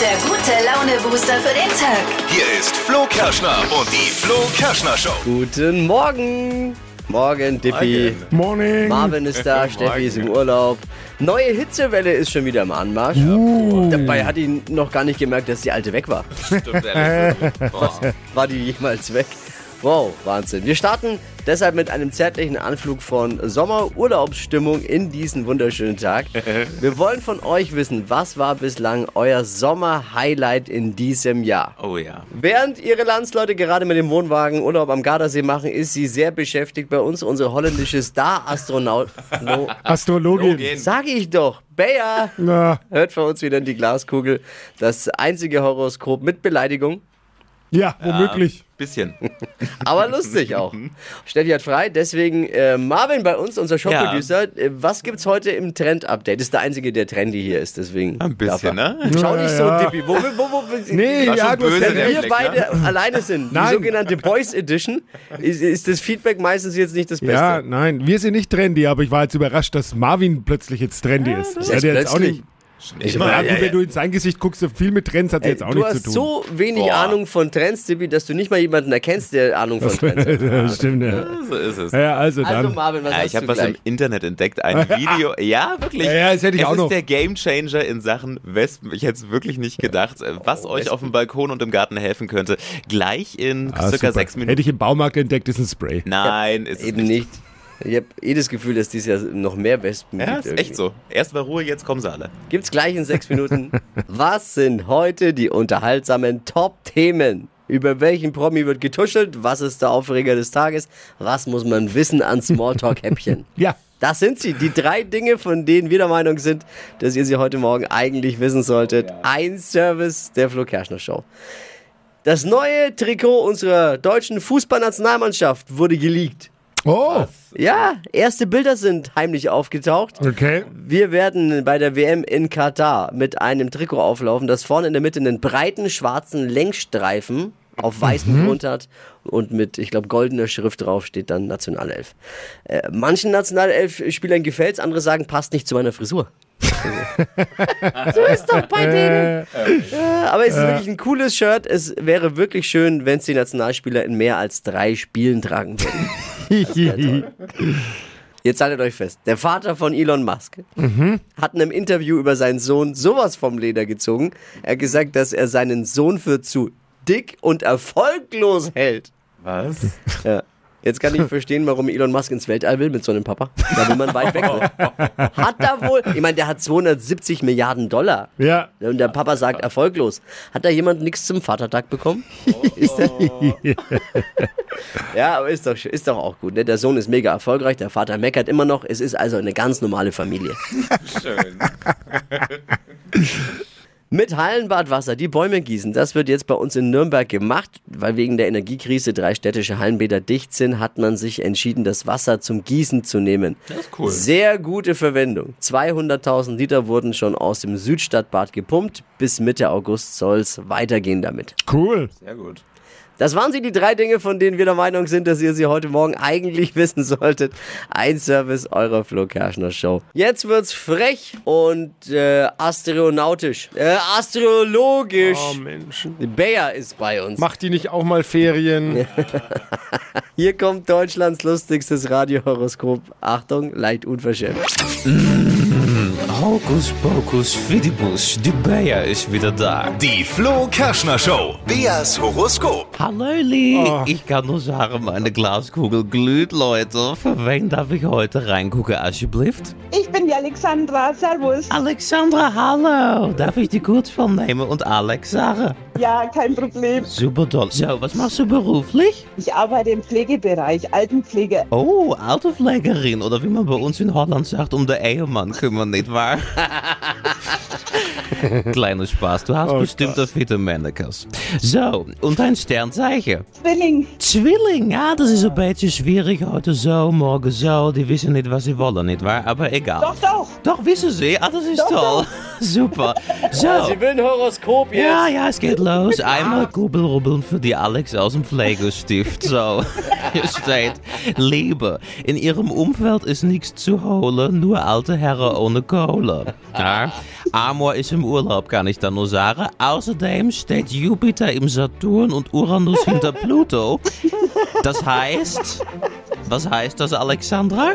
Der gute Laune-Booster für den Tag. Hier ist Flo Kerschner und die Flo Kerschner Show. Guten Morgen. Morgen, Dippi. Morning. Marvin ist da, Steffi ist im Urlaub. Neue Hitzewelle ist schon wieder im Anmarsch. Dabei hat ihn noch gar nicht gemerkt, dass die alte weg war. War die jemals weg? Wow, Wahnsinn. Wir starten deshalb mit einem zärtlichen Anflug von Sommerurlaubsstimmung in diesen wunderschönen Tag. Wir wollen von euch wissen, was war bislang euer Sommer-Highlight in diesem Jahr? Oh ja. Während ihre Landsleute gerade mit dem Wohnwagen Urlaub am Gardasee machen, ist sie sehr beschäftigt bei uns, unsere holländische Star-Astronaut. No, Astrologin. sage ich doch, Bea Na, hört von uns wieder in die Glaskugel. Das einzige Horoskop mit Beleidigung, ja, womöglich. Bisschen. aber lustig auch. Steffi hat frei, deswegen äh, Marvin bei uns, unser Showproducer. Äh, Was gibt's heute im Trend-Update? Ist der einzige, der trendy hier ist, deswegen. Ein bisschen, darf er. ne? Schau nicht so, Ja, ja. Dippi. Wo, wo, wo, wo, Nee, Das ist ja, schon du hast böse, ja Wenn der recht. wir Fleck, beide ne? alleine sind, die Nein. sogenannte Boys Edition, ist, ist das Feedback meistens jetzt nicht das Beste. Ja, nein, wir sind nicht trendy, aber ich war jetzt überrascht, dass Marvin plötzlich jetzt trendy ist. Das ist hat er jetzt auch plötzlich. nicht. Ich Ja, meine, gut, wenn du ins Angesicht guckst, so viel mit Trends hat er jetzt auch du nicht zu hast tun. so wenig Boah. Ahnung von Trends, Tippi, dass du nicht mal jemanden erkennst, der Ahnung von Trends hat. Ja, Stimmt, ja. so ist es. Ja, also Also dann. Marvin, was Ja, hast ich habe du was gleich? im Internet entdeckt, ein Video. Ja, wirklich. Ja, ja, das hätte ich es auch ist noch. der Gamechanger in Sachen Wespen. Ich hätte es wirklich nicht gedacht, äh, was Oh, euch auf dem Balkon und im Garten helfen könnte. Gleich in Ah, circa super. sechs Minuten. Hätte ich im Baumarkt entdeckt, ist ein Spray. Nein, ist es Eben nicht. Ich habe eh das Gefühl, dass dieses Jahr noch mehr Wespen Ja, gibt. ist echt so. Erstmal Ruhe, jetzt kommen sie alle. Gibt's gleich in sechs Minuten. was sind heute die unterhaltsamen Top-Themen? Über welchen Promi wird getuschelt? Was ist der Aufreger des Tages? Was muss man wissen an Smalltalk-Häppchen? Ja. Das sind sie, die drei Dinge, von denen wir der Meinung sind, dass ihr sie heute Morgen eigentlich wissen solltet. Ein Service der Flo Kerschner Show. Das neue Trikot unserer deutschen Fußballnationalmannschaft wurde geleakt. Oh, Ja, erste Bilder sind heimlich aufgetaucht. okay. Wir werden bei der WM in Katar mit einem Trikot auflaufen, das vorne in der Mitte einen breiten schwarzen Längsstreifen auf weißem Grund hat und mit, ich glaube, goldener Schrift drauf steht dann Nationalelf. Äh, manchen Nationalelf-Spielern gefällt's, andere sagen, passt nicht zu meiner Frisur. so ist doch bei denen. Ja, Äh, aber es ist wirklich ein cooles Shirt. Es wäre wirklich schön, wenn es die Nationalspieler in mehr als drei Spielen tragen würden. Jetzt haltet euch fest. Der Vater von Elon Musk hat in einem Interview über seinen Sohn sowas vom Leder gezogen. Er hat gesagt, dass er seinen Sohn für zu dick und erfolglos hält. Was? Ja. Jetzt kann ich verstehen, warum Elon Musk ins Weltall will mit so einem Papa. Da will man weit weg. Ne? Hat da wohl, ich meine, der hat 270 Milliarden Dollar. Ja. Und der Papa sagt erfolglos. Hat da jemand nichts zum Vatertag bekommen? Ist der- ja, aber ist doch, schön, ist doch auch gut. Ne? Der Sohn ist mega erfolgreich, der Vater meckert immer noch. Es ist also eine ganz normale Familie. Schön. Mit Hallenbadwasser die Bäume gießen, das wird jetzt bei uns in Nürnberg gemacht, weil wegen der Energiekrise drei städtische Hallenbäder dicht sind, hat man sich entschieden, das Wasser zum Gießen zu nehmen. Das ist cool. Sehr gute Verwendung. 200.000 Liter wurden schon aus dem Südstadtbad gepumpt. Bis Mitte August soll's weitergehen damit. Cool. Sehr gut. Das waren sie, die drei Dinge, von denen wir der Meinung sind, dass ihr sie heute Morgen eigentlich wissen solltet. Ein Service eurer Flo Kerschner Show. Jetzt wird's frech und äh, astronautisch. Äh, astrologisch. Oh Menschen. Bea ist bei uns. Macht die nicht auch mal Ferien? Hier kommt Deutschlands lustigstes Radiohoroskop. Achtung, leicht unverschämt. Hokus pokus fidibus, die Bayer ist wieder da. Die Flo Kerschner Show. Beas Horoskop. Hallöli, ich kann nur sagen, meine Glaskugel glüht, Leute. Für wen darf ich heute reingucken, alsjeblieft? Ich bin die Alexandra, servus. Alexandra, hallo. Darf ich die kurz vornehmen und Alex sagen? Ja, kein Problem. Super toll. So, was machst du beruflich? Ich arbeite im Pflegebereich, Altenpflege. Oh, Autopflegerin oder wie man bei uns in Holland sagt, um de Ehemann kümmern, nicht wahr? Kleiner Spaß, du hast bestimmt een fitte Mannequins. So, und dein Sternzeichen? Zwilling, Zwilling, ja, das ist ein beetje Oh, schwierig. Heute so, morgen so. Die wissen nicht, was sie wollen, nicht wahr? Aber Ah, egal. doch, doch. Doch, wissen sie. Ah, das ist toll. Super. Oh. So. will ein Horoskop Ja, ja, es geht los. Einmal Kugelrubbeln für die Alex aus dem Pflegestift. So, hier steht, Liebe, in ihrem Umfeld ist nichts zu holen, nur alte Herren ohne Kohle. Ja. Amor ist im Urlaub, kann ich da nur sagen. Außerdem steht Jupiter im Saturn und Uranus hinter Pluto. Das heißt. Was heißt das, Alexandra?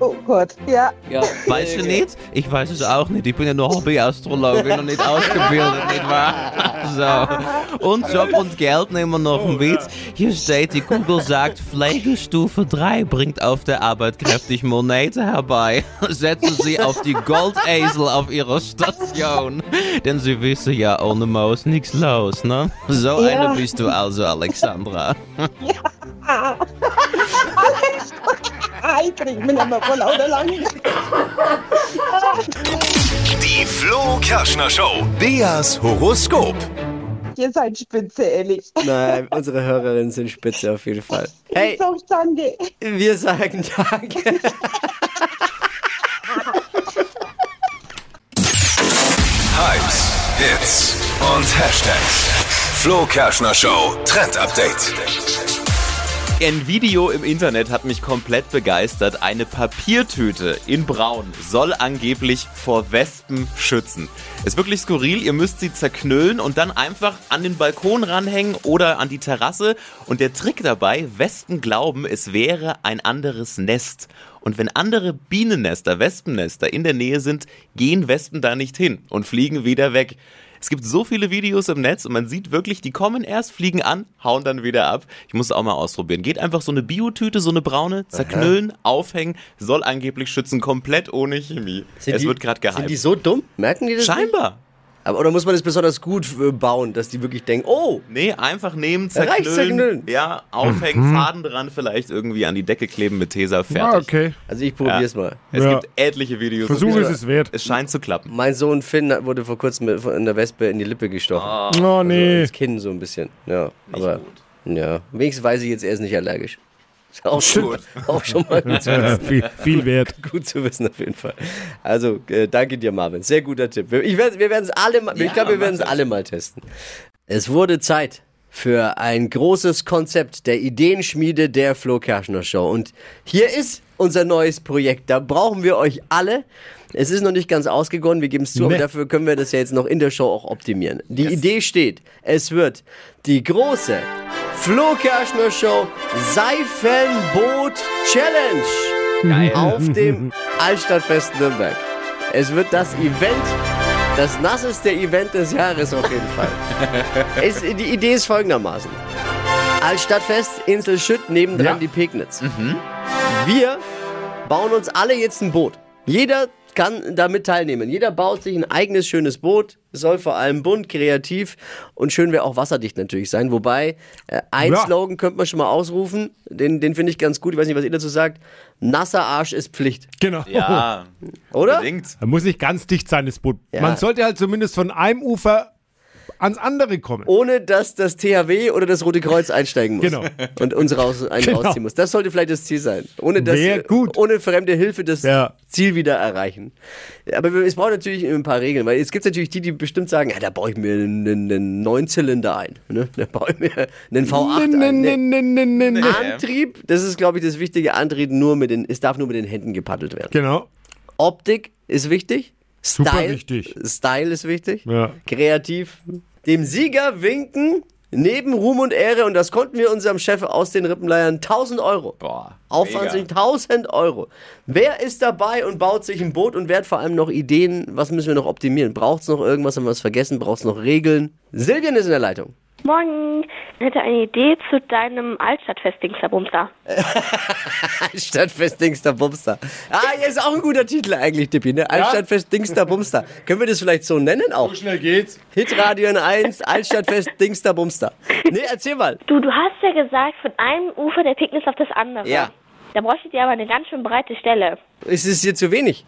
Oh Gott, ja. Ja. Weißt du nicht? Ich weiß es auch nicht. Ich bin ja nur Hobby-Astrologin und nicht ausgebildet, nicht wahr? So. Und Job und Geld nehmen wir noch mit. Hier steht, die Kugel sagt, Pflegestufe 3 bringt auf der Arbeit kräftig Monete herbei. Setzen Sie auf die Goldesel auf Ihrer Station. Denn Sie wissen ja, ohne Maus nichts los, ne? So Ja. eine bist du also, Alexandra. Ah. Alex, ah, ich krieg mich nicht mehr vor lauter Langen. Die Flo Kerschner Show. Beas Horoskop. Ihr seid spitze, ehrlich. Nein, unsere Hörerinnen sind spitze auf jeden Fall. Hey, So, danke. wir sagen Danke. Hypes, Hits und Hashtags. Flo Kerschner Show Trend Update. Ein Video im Internet hat mich komplett begeistert. Eine Papiertüte in Braun soll angeblich vor Wespen schützen. Ist wirklich skurril. Ihr müsst sie zerknüllen und dann einfach an den Balkon ranhängen oder an die Terrasse. Und der Trick dabei, Wespen glauben, es wäre ein anderes Nest. Und wenn andere Bienennester, Wespennester in der Nähe sind, gehen Wespen da nicht hin und fliegen wieder weg. Es gibt so viele Videos im Netz und man sieht wirklich, die kommen erst, fliegen an, hauen dann wieder ab. Ich muss es auch mal ausprobieren. Geht einfach so eine Biotüte, so eine braune, zerknüllen, aufhängen, soll angeblich schützen, komplett ohne Chemie. es die- wird gerade Sind geheim. die so dumm? Merken die das? nicht? Scheinbar. Aber, oder muss man das besonders gut äh, bauen, dass die wirklich denken, oh, Nee, einfach nehmen, Reicht, zerknüllen. zerknüllen. Ja, aufhängen, Mhm. Faden dran vielleicht irgendwie an die Decke kleben mit Tesa, fertig. Ah, okay. also ich probier's mal. Es Ja. gibt etliche Videos. Versuch ist es wert. Es scheint zu klappen. Mein Sohn Finn hat- wurde vor kurzem mit- von einer Wespe in die Lippe gestochen. Oh, nee. Ins Kinn so ein bisschen. Ja, aber Ah. gut. ja, wenigstens weiß ich jetzt, er ist nicht allergisch. Ist auch schon, auch schon mal gut zu, Ja, viel, viel wert. gut zu wissen auf jeden Fall. Also äh, danke dir, Marvin. Sehr guter Tipp. Wir- Ich werd, wir werden es alle, mal- ich glaube, wir werden es alle mal testen. Es wurde Zeit für ein großes Konzept der Ideenschmiede der Flo Kerschner Show. Und hier ist unser neues Projekt. Da brauchen wir euch alle. Es ist noch nicht ganz ausgegoren, wir geben es zu, aber Nee. dafür können wir das ja jetzt noch in der Show auch optimieren. Die Idee steht, es wird die große Flo Kerschner Show Seifenboot Challenge auf dem Altstadtfest Nürnberg. Es wird das Event, das nasseste Event des Jahres auf jeden Fall. Es, die Idee ist folgendermaßen. Altstadtfest, Insel Schütt, nebendran Ja. die Pegnitz. Wir bauen uns alle jetzt ein Boot. Jeder kann damit teilnehmen. Jeder baut sich ein eigenes schönes Boot. Soll vor allem bunt, kreativ und schön wäre auch wasserdicht natürlich sein. Wobei, äh, ein Ja. Slogan könnte man schon mal ausrufen. Den, den finde ich ganz gut. Ich weiß nicht, was ihr dazu sagt. Nasser Arsch ist Pflicht. Genau. Ja, Oder? bedingt. Da muss nicht ganz dicht sein, das Boot. Ja. Man sollte halt zumindest von einem Ufer ans andere kommen. ohne dass das THW oder das Rote Kreuz einsteigen muss. Genau. Und uns raus, einen Genau. rausziehen muss. Das sollte vielleicht das Ziel sein. Ohne, dass, Wär gut. ohne fremde Hilfe das Ja. Ziel wieder erreichen. Aber wir- es braucht natürlich ein paar Regeln, weil es gibt natürlich die, die bestimmt sagen, ja, da baue ich mir einen, einen, einen Neunzylinder ein. Ne? Da baue ich mir einen V8 Nee, ein. nee, Nee. nee, nee, nee, nee. Antrieb, das ist, glaube ich, das Wichtige. Antrieb nur mit den, es darf nur mit den Händen gepaddelt werden. Genau. Optik ist wichtig. Style, Super wichtig. Style ist wichtig. Ja. Kreativ. Dem Sieger winken neben Ruhm und Ehre, und das konnten wir unserem Chef aus den Rippen leiern, 1000 Euro. Boah, Aufwand mega. sind 1000 Euro. Wer ist dabei und baut sich ein Boot und wer hat vor allem noch Ideen? Was müssen wir noch optimieren? Braucht es noch irgendwas? Haben wir was vergessen? Braucht es noch Regeln? Silvian ist in der Leitung. Morgen. Ich hätte eine Idee zu deinem Altstadtfest, Dingsabumster. Altstadtfest Dingster Bumster. Ah, hier ist auch ein guter Titel eigentlich, Dippi, ne? Altstadtfest Dingster Bumster. Können wir das vielleicht so nennen auch? So schnell geht's. Hitradio in 1, Altstadtfest, Dingster, Bumster. Nee, erzähl mal. Du, du hast ja gesagt, von einem Ufer der Picknick auf das andere. Ja. Da bräuchte dir aber eine ganz schön breite Stelle. Ist es hier zu wenig?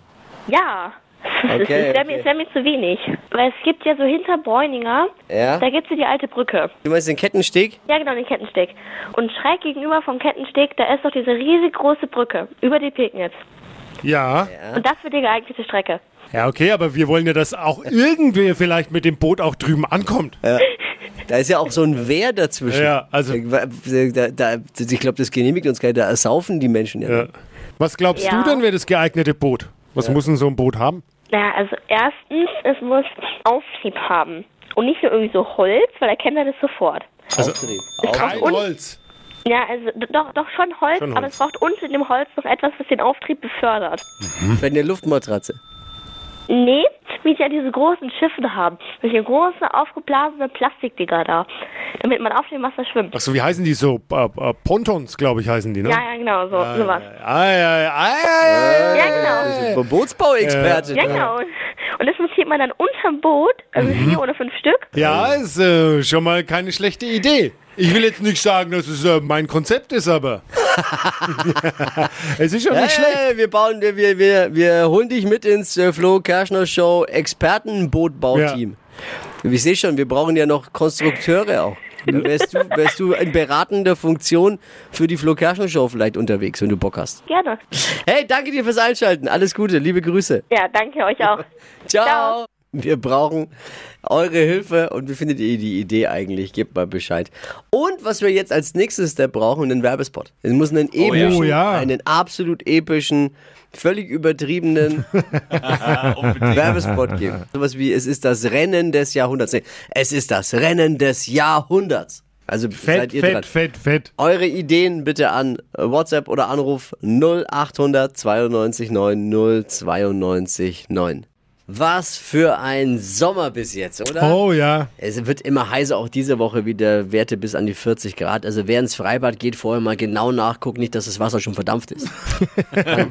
Ja. es Okay, wäre mir, okay. es wär mir zu wenig. Weil es gibt ja so hinter Bräuninger, Ja. da gibt's ja die alte Brücke. Du meinst den Kettensteg? Ja, genau, den Kettensteg. Und schräg gegenüber vom Kettensteg, da ist doch diese riesig große Brücke über die Picknitz. Ja. Und das wird die geeignete Strecke. Ja, okay, aber wir wollen ja, dass auch irgendwer vielleicht mit dem Boot auch drüben ankommt. Da ist ja auch so ein Wehr dazwischen. Ja, also- Da, da, ich glaube, das genehmigt uns gar nicht. Da ersaufen die Menschen ja. Ja. Was glaubst Ja. du denn, wäre das geeignete Boot? Was muss denn so ein Boot haben? Naja, also erstens, es muss Auftrieb haben. Und nicht nur irgendwie so Holz, weil erkennt er das sofort. Auftrieb. Kein Holz. Ja, also d- doch, doch schon Holz, Schon aber Holz. es braucht unten im Holz noch etwas, was den Auftrieb befördert. Wenn eine Luftmatratze. Nee, wie sie ja diese großen Schiffe haben. Solche große, aufgeblasene Plastikdinger da. Damit man auf dem Wasser schwimmt. Ach so, wie heißen die so? Äh, äh, Pontons, glaube ich, heißen die, ne? Ja, ja, genau, so, sowas. Ei, ei, ei, ei. Ja, genau. Bootsbauexperte. Äh. Ja, genau. Und das montiert man dann unterm Boot, also vier oder fünf Stück. Ja, ist äh, schon mal keine schlechte Idee. Ich will jetzt nicht sagen, dass es äh, mein Konzept ist, aber. es ist schon nicht schlecht. Hey, wir bauen, wir, wir, wir, wir holen dich mit ins äh, Flo Kerschner Show Expertenbootbauteam. Ich sehe schon, wir brauchen ja noch Konstrukteure auch. Da wärst du, wärst du in beratender Funktion für die Flo Kerschner Show vielleicht unterwegs, wenn du Bock hast. Gerne. Hey, danke dir fürs Einschalten. Alles Gute, liebe Grüße. Ja, danke euch auch. Ciao. Ciao. Wir brauchen eure Hilfe und wie findet ihr die Idee eigentlich? Gebt mal Bescheid. Und was wir jetzt als nächstes da brauchen, einen Werbespot. Es muss einen epischen, Oh ja. einen absolut epischen, völlig übertriebenen Werbespot geben. Sowas wie, es ist das Rennen des Jahrhunderts. Nee, es ist das Rennen des Jahrhunderts. Also Fett, seid ihr dran. fett, fett, fett. Eure Ideen bitte an äh, WhatsApp oder Anruf 0800 92 9 092 9. Was für ein Sommer bis jetzt, oder? Oh ja. Es wird immer heißer, auch diese Woche wieder Werte bis an die 40 Grad. Also wer ins Freibad geht, vorher mal genau nachgucken, nicht, dass das Wasser schon verdampft ist.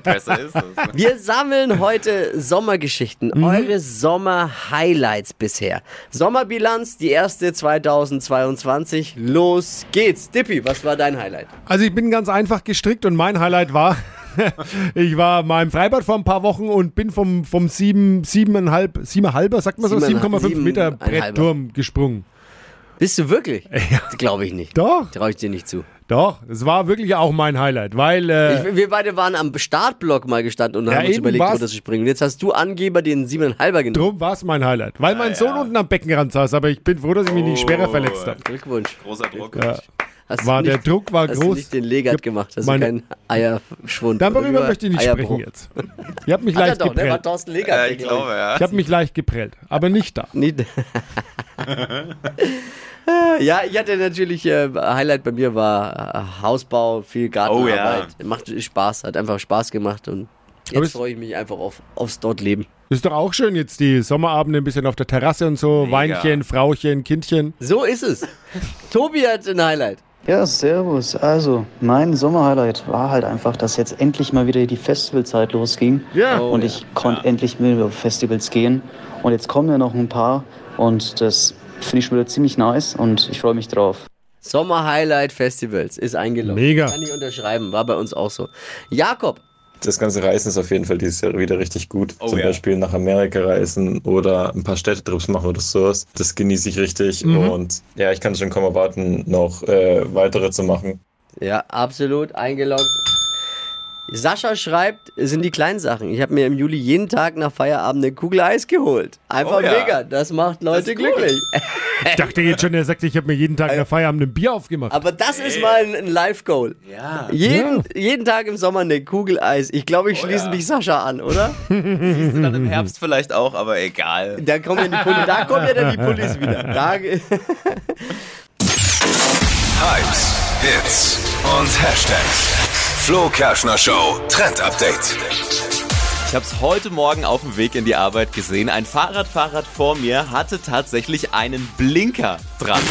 Besser ist es. Wir sammeln heute Sommergeschichten, eure Sommer-Highlights bisher. Sommerbilanz, die erste 2022. Los geht's. Dippi, was war dein Highlight? Also ich bin ganz einfach gestrickt und mein Highlight war, ich war mal im Freibad vor ein paar Wochen und bin vom, vom sieben, siebeneinhalb, siebeneinhalber, sagt man so, Siebeneinhalb- 7,5 Meter siebeneinhalber. Brettturm gesprungen. Bist du wirklich? Glaube ich nicht. Doch, Traue ich dir nicht zu. doch, es war wirklich auch mein Highlight, weil äh, Ich, wir beide waren am Startblock mal gestanden und Ja, haben uns eben überlegt, wo war's- das zu springen. Und jetzt hast du Angeber den 7,5er genommen. drum war es mein Highlight. Weil mein Sohn unten am Beckenrand saß, aber ich bin froh, dass ich mich Oh, nicht schwerer verletzt habe. Glückwunsch. Großer Druck. Hast War du der nicht, Druck war hast groß. du nicht den Legat gemacht, hast du meine- keinen Eierschwund. Darüber möchte ich nicht Eierbruch. sprechen jetzt. Ich habe mich Hat er leicht doch, ne? War geprellt. Thorsten Legat. Ja, der, Äh, ich glaube, ja. Ich habe mich leicht geprellt, aber nicht da. Nicht- ja, ich hatte natürlich, äh, Highlight bei mir war äh, Hausbau, viel Gartenarbeit. Oh Macht Spaß, hat einfach Spaß gemacht und Aber jetzt es- freue ich mich einfach auf, aufs Dortleben. Ist doch auch schön jetzt die Sommerabende ein bisschen auf der Terrasse und so. Weinchen, Frauchen, Kindchen. So ist es. Tobi hat ein Highlight. Ja, servus. Also, mein Sommerhighlight war halt einfach, dass jetzt endlich mal wieder die Festivalzeit losging. Ja. und ich konnte endlich wieder auf Festivals gehen. Und jetzt kommen ja noch ein paar. Und das finde ich schon wieder ziemlich nice. Und ich freue mich drauf. Sommer-Highlight Festivals ist eingeloggt. Mega. Kann ich unterschreiben, war bei uns auch so. Jakob, Das ganze Reisen ist auf jeden Fall dieses Jahr wieder richtig gut. Oh Zum ja. Beispiel nach Amerika reisen oder ein paar Städtetrips machen oder sowas. Das genieße ich richtig. Und ja, ich kann schon kaum erwarten, noch äh, weitere zu machen. ja, absolut eingeloggt. Sascha schreibt, es sind die kleinen Sachen. Ich habe mir im Juli jeden Tag nach Feierabend eine Kugel Eis geholt. Einfach Oh ja. mega. Das macht Leute ist gut. glücklich. Ich dachte jetzt schon, er sagt, ich habe mir jeden Tag nach Feierabend ein Bier aufgemacht. Äh. Aber das ist mal ein, ein Live-Goal. Ja. Oh Jeden, jeden Tag im Sommer eine Kugel Eis. Ich glaube, ich schließe ja. mich Sascha an, oder? Dann Mhm, im Herbst vielleicht auch, aber egal. Da kommen ja die Pullis, da kommen ja dann die Pullis wieder. Da, Hypes, Hits und Hashtags. Flo Kerschner Show Trend Update. Ich habe es heute Morgen auf dem Weg in die Arbeit gesehen. Ein Fahrradfahrer vor mir hatte tatsächlich einen Blinker dran.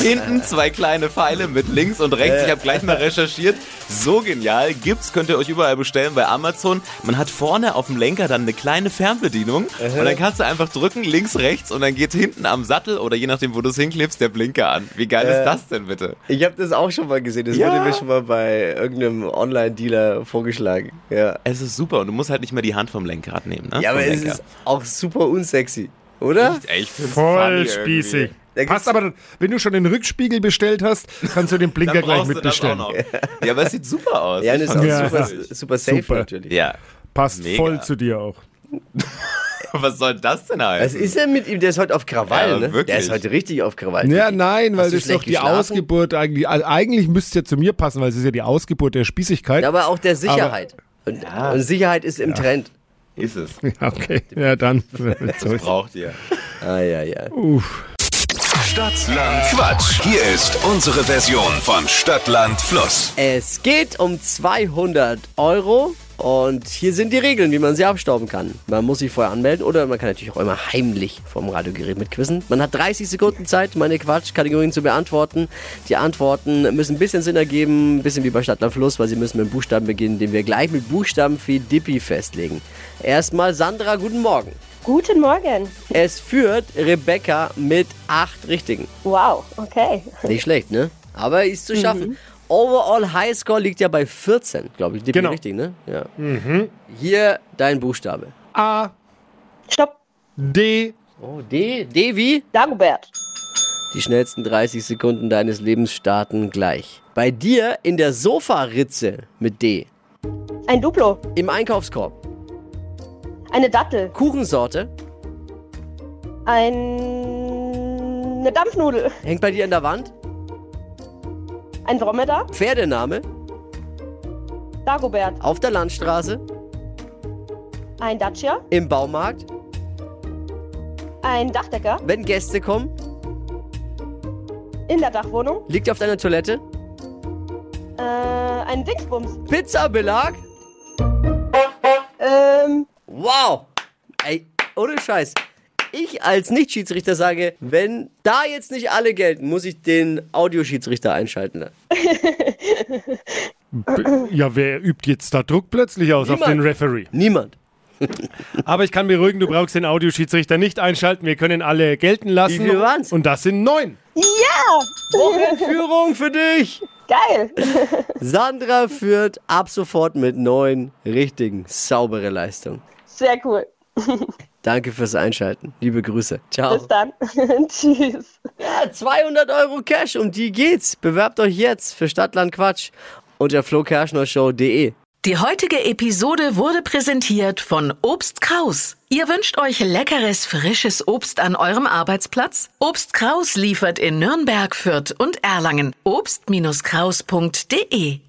Hinten zwei kleine Pfeile mit links und rechts. Ich habe gleich mal recherchiert. So genial. Gibt's, könnt ihr euch überall bestellen bei Amazon. Man hat vorne auf dem Lenker dann eine kleine Fernbedienung und dann kannst du einfach drücken, links, rechts und dann geht hinten am Sattel oder je nachdem, wo du es hinklebst, der Blinker an. Wie geil Äh. ist das denn bitte? Ich habe das auch schon mal gesehen. Das Ja. wurde mir schon mal bei irgendeinem Online-Dealer vorgeschlagen. Ja, Es ist super und du musst halt nicht mehr die Hand vom Lenkrad nehmen. Ne? ja aber vom es Lenker. ist auch super unsexy, oder? Ey, ich find's funny Voll irgendwie. spießig. Da gibt's- Passt aber, dann- wenn du schon den Rückspiegel bestellt hast, kannst du den Blinker Dann gleich brauchst du das mitbestellen. auch noch. Ja, aber es sieht super aus. Ja, Ich das ist fand's Ja. auch super. super, super safe Super. natürlich. Ja. Passt Mega. voll zu dir auch. Was soll das denn Was heißen? ist denn mit ihm? Der ist heute auf Krawall, Ja, ne? wirklich. Der ist heute richtig auf Krawall. Ja, nein, weil Hast du das ist doch schlecht die geschlafen? Ausgeburt eigentlich. Also eigentlich müsste es ja zu mir passen, weil es ist ja die Ausgeburt der Spießigkeit. Aber auch der Sicherheit. und, und Sicherheit ist im Trend. Ist es. Ja, okay. Ja, dann. Das braucht ihr. Ah, ja, ja. Uff. Stadtland Quatsch. Hier ist unsere Version von Stadtland Fluss. Es geht um 200 Euro und hier sind die Regeln, wie man sie abstauben kann. Man muss sich vorher anmelden oder man kann natürlich auch immer heimlich vom Radiogerät mitquissen. Man hat 30 Sekunden Zeit, meine Quatschkategorien zu beantworten. Die Antworten müssen ein bisschen Sinn ergeben, ein bisschen wie bei Stadtland Fluss, weil sie müssen mit einem Buchstaben beginnen, den wir gleich mit Buchstaben für Dippi festlegen. Erstmal Sandra, guten Morgen. Guten Morgen. Es führt Rebecca mit acht Richtigen. Wow, okay. Nicht schlecht, ne? Aber ist zu schaffen. Overall Highscore liegt ja bei 14, glaube ich. Die Genau. Richtig, ne? Ja. Hier dein Buchstabe. A. Stopp. D. Oh, D. D wie? Dagobert. Die schnellsten 30 Sekunden deines Lebens starten gleich. Bei dir in der Sofaritze mit D. Ein Duplo. Im Einkaufskorb. Eine Dattel. Kuchensorte Ein... Eine Dampfnudel. hängt bei dir an der Wand. Ein Dromedar. Pferdename Dagobert. auf der Landstraße. Ein Dacia. Im Baumarkt. Ein Dachdecker. Wenn Gäste kommen, In der Dachwohnung. liegt auf deiner Toilette. Äh, ein Dingsbums. Pizzabelag. Ähm. Wow! Ey, ohne Scheiß. Ich als Nicht-Schiedsrichter sage, wenn da jetzt nicht alle gelten, muss ich den Audioschiedsrichter einschalten. B- Ja, wer übt jetzt da Druck plötzlich aus auf Niemand. den Referee? Niemand. Aber ich kann beruhigen, du brauchst den Audioschiedsrichter nicht einschalten. Wir können alle gelten lassen. Wie viel waren's? Und das sind neun. Ja! Wochenführung für dich! Geil. Sandra führt ab sofort mit neun richtigen. Saubere Leistung. Sehr cool. Danke fürs Einschalten. Liebe Grüße. Ciao. Bis dann. Tschüss. Ja, 200 Euro Cash, um die geht's. Bewerbt euch jetzt für Stadtland Quatsch unter flokerschnershow.de. Die heutige Episode wurde präsentiert von Obst Kraus. Ihr wünscht euch leckeres, frisches Obst an eurem Arbeitsplatz? Obst Kraus liefert in Nürnberg, Fürth und Erlangen. Obst-Kraus.de